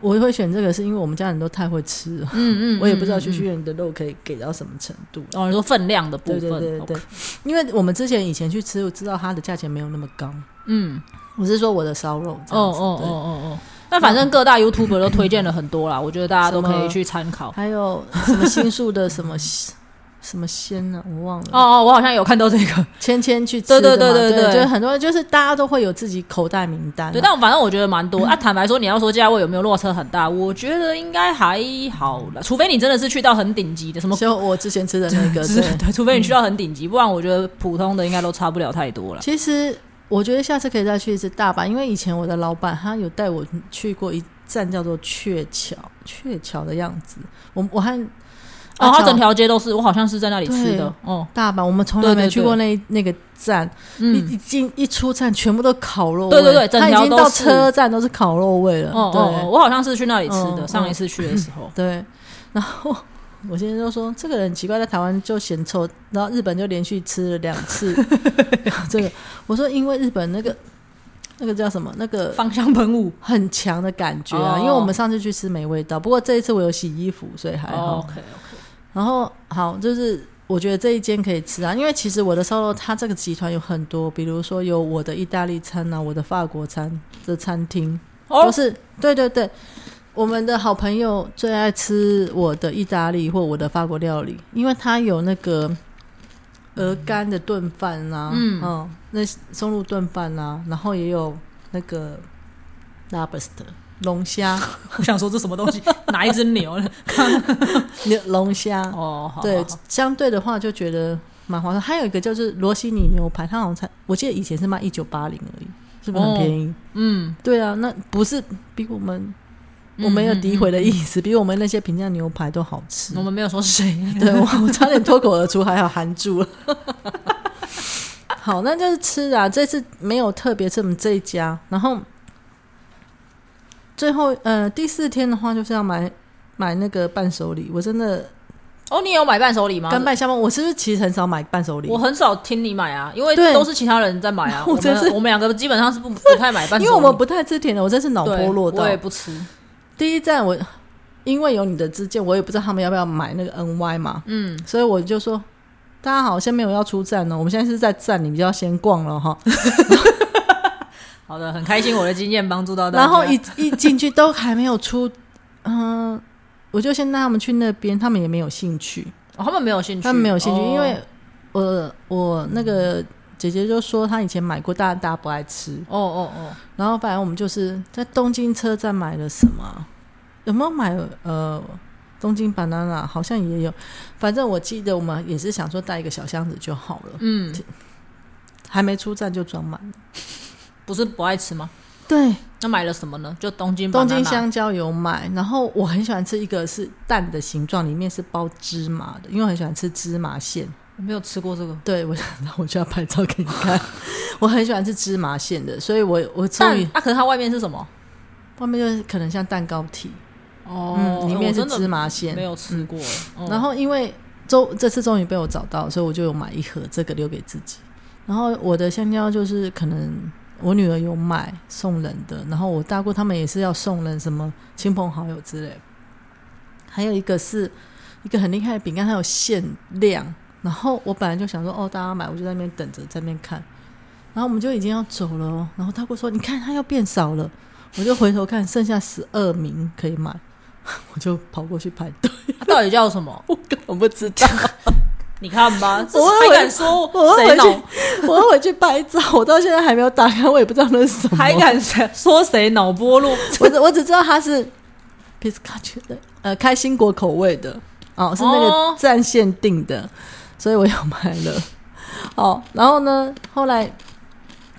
我会选这个，是因为我们家人都太会吃了，
嗯嗯，
我也不知道
嗯
旭旭苑的肉可以给到什么程度。
哦，你说分量的部
对
分，
对对对
OK，
因为我们之前以前去吃，我知道它的价钱没有那么高。
嗯，
我是说我的烧肉这
哦
样
哦
子，
哦哦哦。那反正各大 YouTube 都推荐了很多啦，我觉得大家都可以去参考
对。还有什么新宿的什么 [LAUGHS] 什么鲜呢、我忘了。
哦
哦，
哦，我好像有看到这个，
芊芊去吃的嘛，
对对对对
对
对
就是很多就是大家都会有自己口袋名单、啊。
对，但反正我觉得蛮多。啊，坦白说，你要说价位有没有落差很大，我觉得应该还好啦，除非你真的是去到很顶级的什么。
就我之前吃的那个，
之
对
[LAUGHS]
嗯
对，除非你去到很顶级，不然我觉得普通的应该都差不了太多了。
其实我觉得下次可以再去一次大阪，因为以前我的老板他有带我去过一站叫做鹊桥，鹊桥的样子。我我和
哦，
阿
它
乔
整条街都是，我好像是在那里吃的
啊对。
哦，
大阪，我们从来
对对
没去过那那个站，一
嗯，
一进一出站全部都烤肉味，
对对对整
他已
条
经
都
到
是
车站都是烤肉味了，
哦哦
嗯对、
哦，我好像是去那里吃的，
嗯
上一次去的时候。
对，然后。我先生就说这个人很奇怪，在台湾就嫌臭，然后日本就连续吃了两
[LAUGHS]
次这个。我说因为日本那个那个叫什么那个
芳香喷雾
很强的感觉啊，
哦
因为我们上次去吃没味道，不过这一次我有洗衣服，所以
哦
还好。
，OK，
然后好，就是我觉得这一间可以吃啊，因为其实我的烧肉它这个集团有很多，比如说有我的意大利餐啊，我的法国餐的餐厅，都
哦，
是对对对。我们的好朋友最爱吃我的意大利或我的法国料理，因为它有那个鹅肝的炖饭啊，
嗯
那松露炖饭啊，然后也有那个 lobster
[LAUGHS]
龙虾，
我想说这什么东
[LAUGHS]
西，哪一只牛呢？
牛龙虾，
哦，好
对
好好，
相对的话就觉得蛮划算。还有一个就是罗西尼牛排，它好像才我记得以前是卖
哦
一九八零而已，是不是很便宜？
嗯
对啊，那不是比我们我没有诋毁的意思，比我们那些平价牛排都好吃。
我们没有说谁，
对我，我差点脱口而出，还好含住了。好，那就是吃啊，这次没有特别吃我们这一家，然后最后呃第四天的话就是要买买那个伴手礼，我真的
[LAUGHS] 哦，你有买伴手礼吗？
甘拜下风。我是不是其实很少买伴手礼
我？很少听你买啊，因为
对
都是其他人在买啊。
[LAUGHS] 我
我
真是
们我们两个基本
[LAUGHS]
上是不不太买伴手礼，
因为我们不太吃甜的，我真是脑
对
波落到
我。也不吃。
第一站我因为有你的之见，我也不知道他们要不要买那个 NY 嘛，
嗯，
所以我就说大家好，先没有要出站呢，我们现在是在站，你们就要先逛了哈。
好的，很开心我的经验帮助到大家。
然后一一进去都还没有出，嗯、我就先带他们去那边，他们也没有兴趣，
哦他们没有兴趣，
他们没有兴趣，
哦
因为我我那个姐姐就说她以前买过，但大家不爱吃。
哦哦哦，
然后反正我们就是在东京车站买了什么啊，有没有买呃东京 banana？好像也有，反正我记得我们也是想说带一个小箱子就好了，
嗯，
还没出站就装满了。
不是不爱吃吗？
对，
那买了什么呢？就东京
东京
banana
香蕉有买，然后我很喜欢吃一个是蛋的形状，里面是包芝麻的，因为我很喜欢吃芝麻馅。
我没有吃过这个。
对，我想那我就要拍照给你看。 [LAUGHS] 我很喜欢吃芝麻馅的，所以我我终
但
于
啊，可是它外面是什么？
外面就是可能像蛋糕体，
哦
嗯，里面是
我真的
芝麻馅
没。有吃过。哦
然后因为周这次终于被我找到，所以我就有买一盒这个留给自己。然后我的香蕉就是可能我女儿有买送人的，然后我大姑他们也是要送人什么亲朋好友之类。还有一个是一个很厉害的饼干，它有限量。然后我本来就想说，哦，大家买，我就在那边等着，在那边看。然后我们就已经要走了哦，然后大姑说：“你看，它要变少了。”我就回头看，剩下十二名可以买，我就跑过去排队。 [LAUGHS]
它到底叫什么？
我根本不知道，
你看吧，这
我会
还敢说
我会
谁
回
脑
去，我会回去拍照，我到现在还没有打开，我也不知道那是什
[LAUGHS]
么。
还敢说谁脑波弱？
我只我只知道它是 p i s c a c h 的，呃，开心果口味的，哦，是那
哦
个站限定的，所以我有买了。哦，然后呢，后来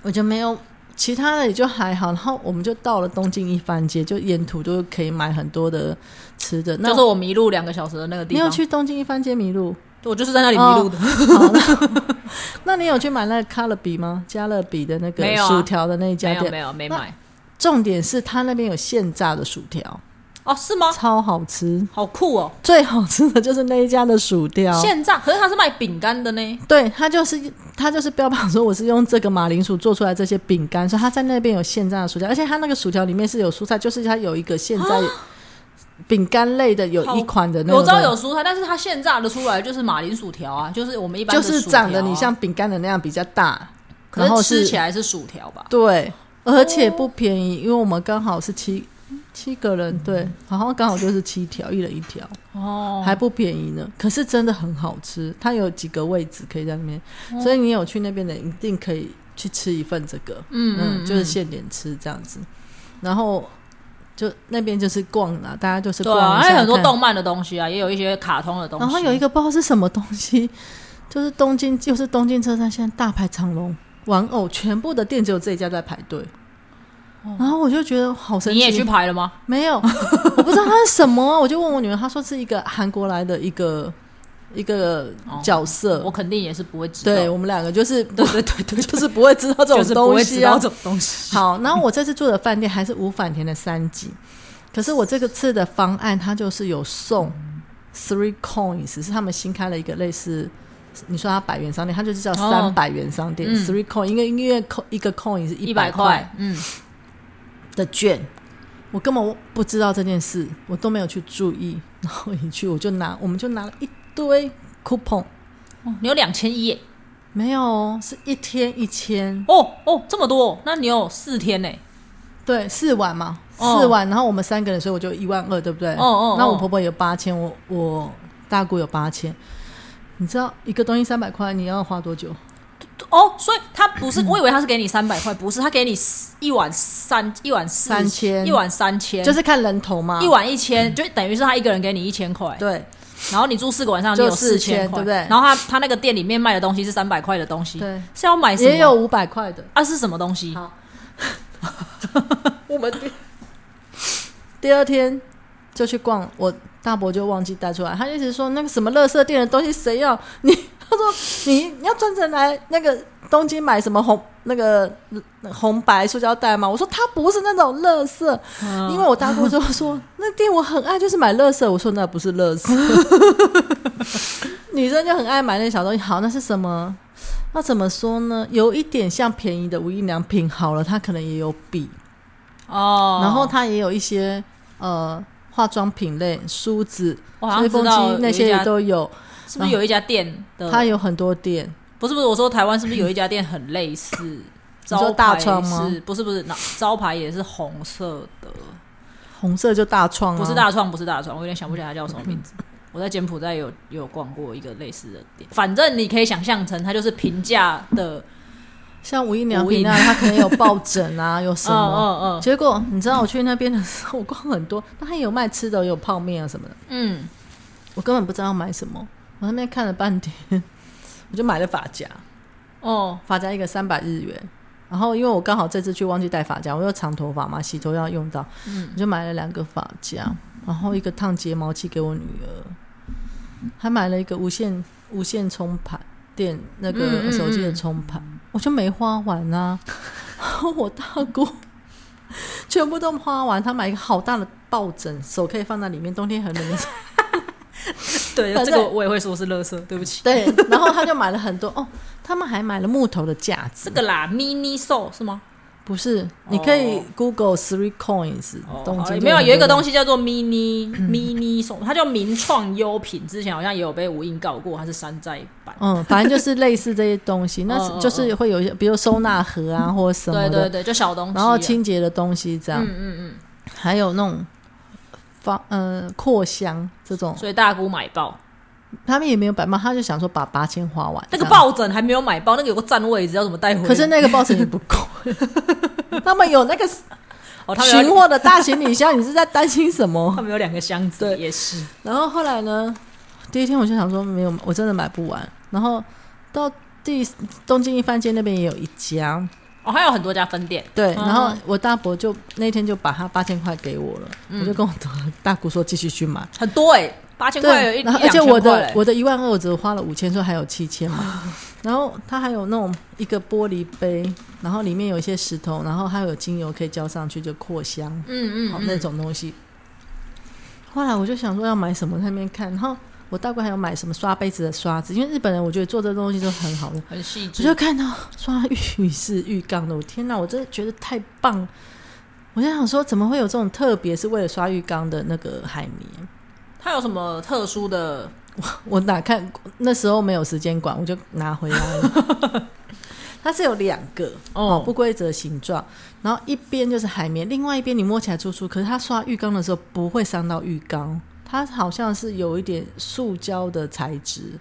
我就没有其他的，也就还好。然后我们就到了东京一番街，就沿途都可以买很多的吃的。那
就是我迷路两个小时的那个地
你
方，
有去哦东京一番街迷路？
我就是在那里迷路的。
好， [LAUGHS] 那那你有去买那个卡乐比吗？加勒比的那个
没有啊
薯条的那一
没
家
有
店，
没有没买
重点是它那边有现炸的薯条，
哦，是吗？
超好吃。
好酷哦！
最好吃的就是那一家的薯条，
现炸，可是它是卖饼干的呢。
对，它就是它就是标榜说我是用这个马铃薯做出来这些饼干，所以它在那边有现炸的薯条，而且它那个薯条里面是有蔬菜，就是它有一个现
啊
在饼干类的有一款的那
有
种东
招
西，
有蔬菜，但是它现炸的出来就是马铃薯条啊，就是我们一般
就
的
是
薯条啊
长得你像饼干的那样比较大，
可
然
是
后是
吃起来是薯条吧？
对，而且不便宜，因为我们刚好是
哦
七七个人，对，好像刚好就是七条，一人一条，
嗯哦，
还不便宜呢。可是真的很好吃，它有几个位置可以在那边，
哦
所以你有去那边的，一定可以去吃一份这个，
嗯
嗯，就是现点吃这样子，然后。就那边就是逛啊，大家就是
对
逛
啊，
一下
还有很多
看
动漫的东西啊，也有一些卡通的东西。
然后有一
个
个不知道是什么东西， [LAUGHS] 就是东京，就是东京车站现在大排长龙，玩偶全部的店只有这一家在排队。然后我就觉得好神
哦
奇，
你也去拍了吗？
没
[LAUGHS]
有？我不知道它是什么啊、我就问我女儿，她说是一个韩国来的一个一个
哦
角色。
我肯定也是不会知道，
对我们两个就是对对对对， [LAUGHS] 就是不会知道这
就
种
是不
东
会
西
知
啊
道。这种东 [LAUGHS] 西。
好，然后我这次住的饭店还是五反田的三级，可是我这个次的方案它就是有送 three coins，是他们新开了一个类似。你说它百元商店，它就是叫
哦
三百元商店、
嗯
t h r e e coin，因为因为 co- 一个 coin 是一
一
百
百
块
块，嗯，
的券，我根本不知道这件事，我都没有去注意。然后一去我就拿，我们就拿了一堆 coupon，
哦你有两千一耶，
没有哦，是一天一千，
哦哦，这么多，那你有四天呢？
对，四碗嘛，
哦
四碗，然后我们三个人，所以我就一万二，对不对？
哦哦
那我
哦
婆婆有八千，我我大姑有八千，你知道一个东西三百块，你要花多久？
哦，所以他不是，我以为他是给你三百块，不是，他给你一碗三一碗四
三千
一碗三千，
就是看人头嘛，
一碗一千，就等于是他一个人给你一千块，
对
然后你住四个晚上，你有
就四千
千块，
对不对
然后他他那个店里面卖的东西是三百块的东西，
对，
是要买什么？
也有五百块的。 [LAUGHS]
啊，是什么东西？
好我们第二天就去逛，我大伯就忘记带出来，他就一直说那个什么乐色店的东西谁要你？ [LAUGHS] 他说你你要专程来那个东京买什么红那个呃红白塑胶袋吗？我说它不是那种乐色，因为我大姑就说那店我很爱，就是买乐色。我说那不是乐色， [LAUGHS] 女生就很爱买那些小东西。好，那是什么？那怎么说呢？有一点像便宜的无印良品，好了，它可能也有笔，
哦，
然后它也有一些呃化妆品类、梳子、
我好像
吹
知
风
道
机
有
那
一
些也
家
都有。
是不是有一家店的？
它有很多店，
不是不是，我说台湾是不是有一家店很类似？
说
招
大
牌
创吗
是不是不是，那招牌也是红色的，
红色就大创、啊，
不是大创，不是大创，我有点想不起来它叫什么名
[LAUGHS]
字。我在柬埔寨有有逛过一个类似的店，反正你可以想象成它就是平价的，
像无印良
无印
品那样，它可能有抱枕
[LAUGHS]
啊，有什
嗯
么。
嗯嗯
结果你知道我去那边的时候，我逛很多，那它也有卖吃的，也有泡面啊什么的，
嗯，
我根本不知道买什么。我那边看了半天， [LAUGHS] 我就买了发夹，
哦，
发夹一个三百日元。然后因为我刚好这次去忘记带发夹，我又长头发嘛，洗头要用到，
嗯
我就买了两个发夹，然后一个烫睫毛器给我女儿，还买了一个无线无线充盘电那
嗯嗯
个
嗯
手机的充盘，我就没花完啊。然后我大姑全部都花完，她买一个好大的抱枕，手可以放在里面，冬天
[LAUGHS]
很冷。
对，
反
这
正
个我也会说是垃圾，对不起。
对，然后她就买了很多哦，他们还买了木头的架子
这，个啦，mini so 是吗？
不是，你可以
哦
Google Three Coins
哦，
东
好
京嗯
了
就
没有
很
有一个
多
东西叫做 mini mini so，它叫名创优品，之前好像也有被无印告过，它是山寨版。
嗯，反正就是类似这些
[LAUGHS]
东西，那
嗯嗯
是就是会有一些，比如收纳盒啊，或者什么
对对
的，
对，就小东西啊。
然后清洁的东西这样
嗯，嗯
还有那种方呃扩香这种
嗯，，所以大姑买爆，
他们也没有摆满，他就想说把八千花完
那个
这样，
抱枕还没有买爆，那个有个占位置，要怎么带回去？
可是那个抱枕也不
[LAUGHS]
够，他们有那个
哦，他们
寻
有
货的大行李箱，你是在担心什么
他？们有两个箱子，
对
也是。
然后后来呢，第一天我就想说没有，我真的买不完。然后到第东京一番街那边也有一家，
哦，还有很多家分店，
对。
嗯
然后我大伯就那天就把他八千块给我了，我就跟我大大姑说继续去买。
很多哎，八千块有一，
对，然后
一
而且
两千块
我的
嘞
我的一万二，我只花了五千，所以还有七千 [LAUGHS] 嘛。然后它还有那种一个玻璃杯，然后里面有一些石头，然后还有精油可以浇上去，就扩香。
嗯
好
嗯
那
嗯，
种东西。后来我就想说要买什么，在那边看，然后我大概还有买什么刷杯子的刷子，因为日本人我觉得做这东西都很好的。
很细
我
致
就。看到刷浴室浴缸的，我天哪，我真的觉得太棒了！我就想说，怎么会有这种特别是为了刷浴缸的那个海绵？
它有什么特殊的？
我哪看过那时候没有时间管，我就拿回来了。
[LAUGHS]
它是有两个
哦
哦，不规则形状，然后一边就是海绵，另外一边你摸起来粗粗，可是它刷浴缸的时候不会伤到浴缸，它好像是有一点塑胶的材质。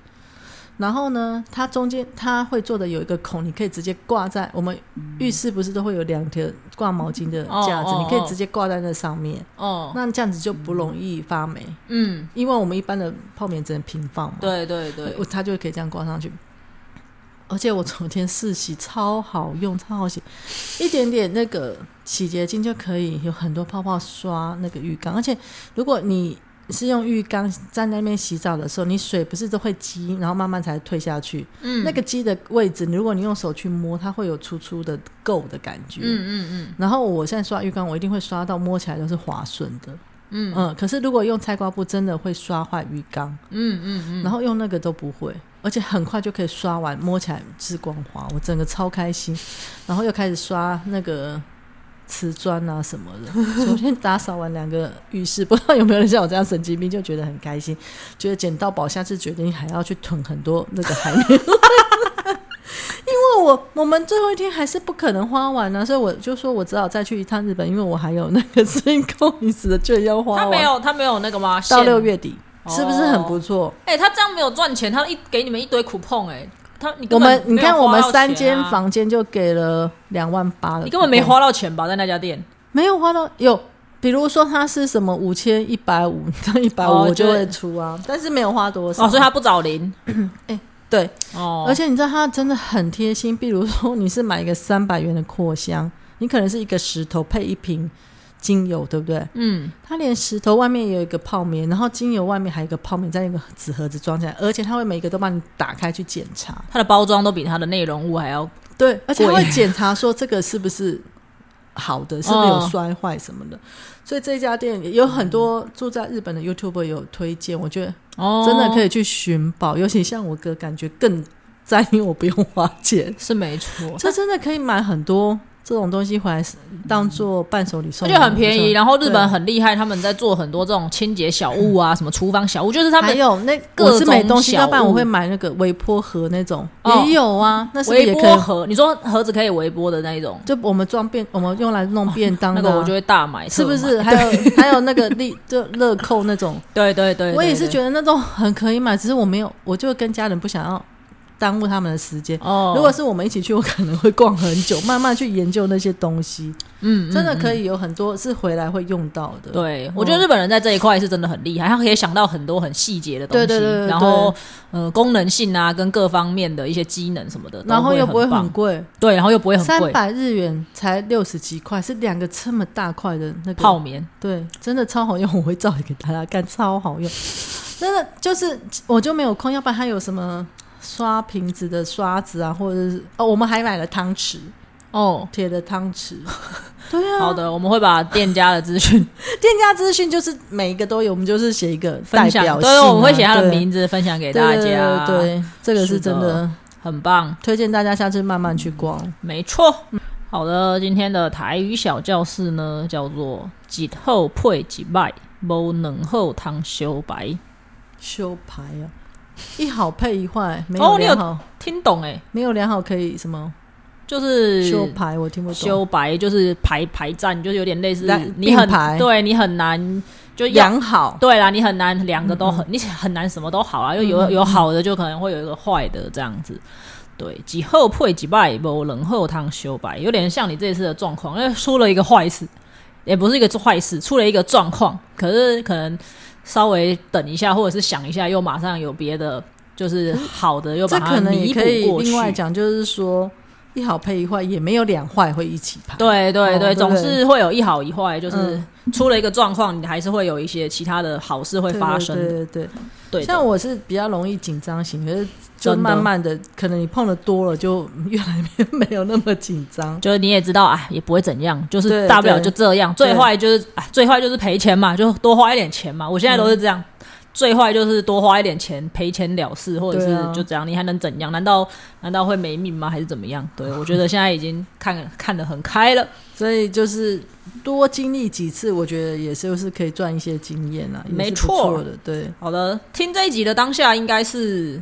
然后呢，它中间它会做的有一个孔，你可以直接挂在我们浴室不是都会有两条挂毛巾的架子，
哦哦
你可
哦
以直接挂在那上面，
哦，
那这样子就不容易发霉，
嗯，
因为我们一般的泡棉只能平放嘛。
对对对
我，它就可以这样挂上去。而且我昨天试洗超好用，超好洗，一点点那个洗洁精就可以有很多泡泡刷那个浴缸。而且如果你是用浴缸在那边洗澡的时候，你水不是都会积，然后慢慢才退下去。
嗯
那个积的位置，如果你用手去摸，它会有粗粗的垢的感觉。
嗯嗯
然后我现在刷浴缸，我一定会刷到摸起来都是滑顺的。
嗯
嗯，可是如果用菜瓜布，真的会刷坏浴缸。
嗯嗯嗯嗯，
然后用那个都不会，而且很快就可以刷完，摸起来是光滑，我整个超开心。然后又开始刷那个瓷砖啊什么的。昨天打扫完两个浴室，不知道有没有人像我这样神经病，就觉得很开心，觉得捡到宝，下次决定还要去囤很多那个海绵。 [LAUGHS] 因为我我们最后一天还是不可能花完呢、所以我就说我只好再去一趟日本，因为我还有那个 [LAUGHS] 星空饮食的券要花
他
完，
没有他没有那个吗？
到
限
六月底，是不是很
哦
不错？
哎、他这样没有赚钱，他一给你们一堆 coupon 哎、他你
我
根本
们你
没有
看，我
花
们
到
三
钱
间
啊，
房间就给了两万八了，
你根本没，花到钱吧，在那家店
没有花到有。比如说它是什么五千一百五到一百五，
哦
我就
就
会出啊，但是没有花多少。
哦，所以他不找零
对，
哦，
而且你知道它真的很贴心。比如说你是买一个三百元的扩香，你可能是一个石头配一瓶精油，对不对？
嗯，
它连石头外面也有一个泡棉，然后精油外面还有一个泡棉，在一个纸盒子装起来，而且它会每一个都帮你打开去检查。
它的包装都比它的内容物还要
对，而且它
贵
会检查说这个是不是好的，是不是
嗯
有摔坏什么的。所以这家店有很多住在日本的 YouTuber 有推荐，我觉得
哦，
真的可
以
以去寻宝，尤其像我哥，感觉更在意我不用花钱，
是没错，
这真的可以买很多这种东西回来当做伴手礼送
而
人，
且很便宜。
我觉
然后日
对
本很厉害，他们在做很多这种清洁小物啊，什么厨房小物，就是
得。
他
嗯还
们
有那
各种
我是没东西，
小物
要不然我会买那个微波盒那种，
哦
也有啊，那是不是
微
也可
波
以？
盒，你说盒子可以微波的那一种，
就我们装便，我们用来弄便当
哦那
的啊、
个我就会大买，
是不
特买？ [LAUGHS]
是？还有还有那个利 [LAUGHS] 就乐扣那种，
对对对，
我也是觉
得
得那种很可以买，只是我没有，我就跟家人不想要耽误他们的时间。
哦，
如果是我们一起去，我可能会逛很久，慢慢去研究那些东西，
嗯
真的
以。嗯
可以有很多是回来会用到的。
对
嗯，
我觉得日本人在这一块是真的很厉害，他可以想到很多很细节的东西，
对对对对
然后呃功能性啊，跟各方面的一些机能什么的，
然后又不会
很
很
棒
贵，
对，然后又不会很
三
贵，
百日元才六十几块，是两个这么大块的那个
泡棉
对，真的超好用，我会照给大家看，超好用。真的就是我就没有空，要不然还有什么刷瓶子的刷子啊，或者是哦，我们还买了汤匙，
哦。
铁的汤匙。对啊，
好的，我们会把店家的资
[LAUGHS]
讯
店家资讯就是每一个都有，我们就是写一个代
分享，
表
对
性
对，
啊
我们会写他的
对
名字分享给
对
大
对
家，
对对，这个
是
是真
的
的，
很棒，
推荐大家下次慢慢去逛。
没错。好的，今天的台语小教室呢，叫做“几后配几拜，无能后汤修白
修牌啊，一好配一坏，没
哦
有
你有
良好，”，
听懂哎、
没有良好可以什么
就是
修牌，我听不懂。
修白就是排排站，就是有点类似
来
你很
并排
对你很难就要
良好，
对啦，你很难两个都
嗯
很、你很难什么都好啊，又有有好的就可能会有一个坏的这样子。对，几后配几败，无人后汤修白，有点像你这次的状况，因为出了一个坏事，也不是一个坏事，出了一个状况，可是可能稍微等一下，或者是想一下，又马上有别的，就是好的又把
这
它
可能
弥
也
补
可以
过去。
另外讲，就是说一好配一坏，也没有两坏会一起排。
对对
哦
对，
对
总
对
是会有一好一坏，就是
嗯
出了一个状况，你还是会有一些其他的好事会
对
发生
对
的。
对对
对
对，
的，
像我是比较容易紧张型，可是
真
就
的
慢慢的，可能你碰的多了，就嗯越来越 [LAUGHS] 没有那么紧张。
就是你也知道，哎，也不会怎样，就是
对
大不了
对
就这样。
对
最坏就是，哎，最坏就是赔钱嘛，就多花一点钱嘛。我现在都是这样，最坏就是多花一点钱，赔钱了事，或者
对
是
啊
就这样，你还能怎样？难道难道会没命吗？还是怎么样？对我觉得现在已经看看得很开了，
所以就是多经历几次，我觉得也是就是可以赚一些经验啊啦，也是
没
不
错
错的。对
好的，听这一集的当下应该是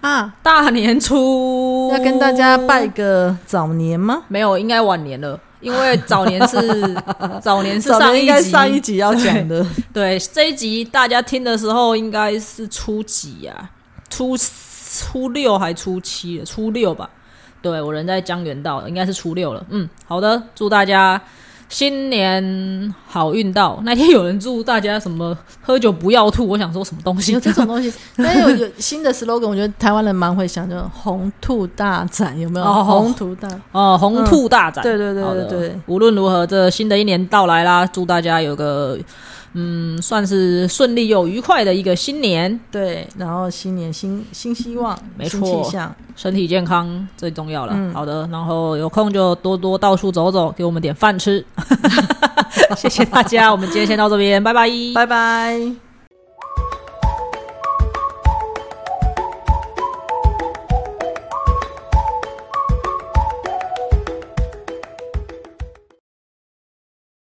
啊，
大年初，
要跟大家拜个早年吗？
没有，应该晚年了，因为早年
[LAUGHS]
是早年是
早
上
年
一
应该
集，
上一集要讲的，
对这一集大家听的时候应该是初几啊？初初六还初七了？初六吧。对我人在江原道，应该是初六了。嗯，好的，祝大家新年好运到。那天有人祝大家什么喝酒不要吐，我想说什么东西
[LAUGHS] 有？这种东西，但有有新的 slogan，我觉得台湾人蛮会想，就红兔大展有没有？
哦
红兔大，
哦，红兔大展。
嗯对对对
好的
对对，
无论如何，这新的一年到来啦，祝大家有个嗯，算是顺利又愉快的一个新年，
对，然后新年新新希望，
没
新
错
气象，
身体健康最重要了。
嗯
好的，然后有空就多多到处走走，给我们点饭吃。谢谢大家，我们今天先到这边，拜拜，
拜拜。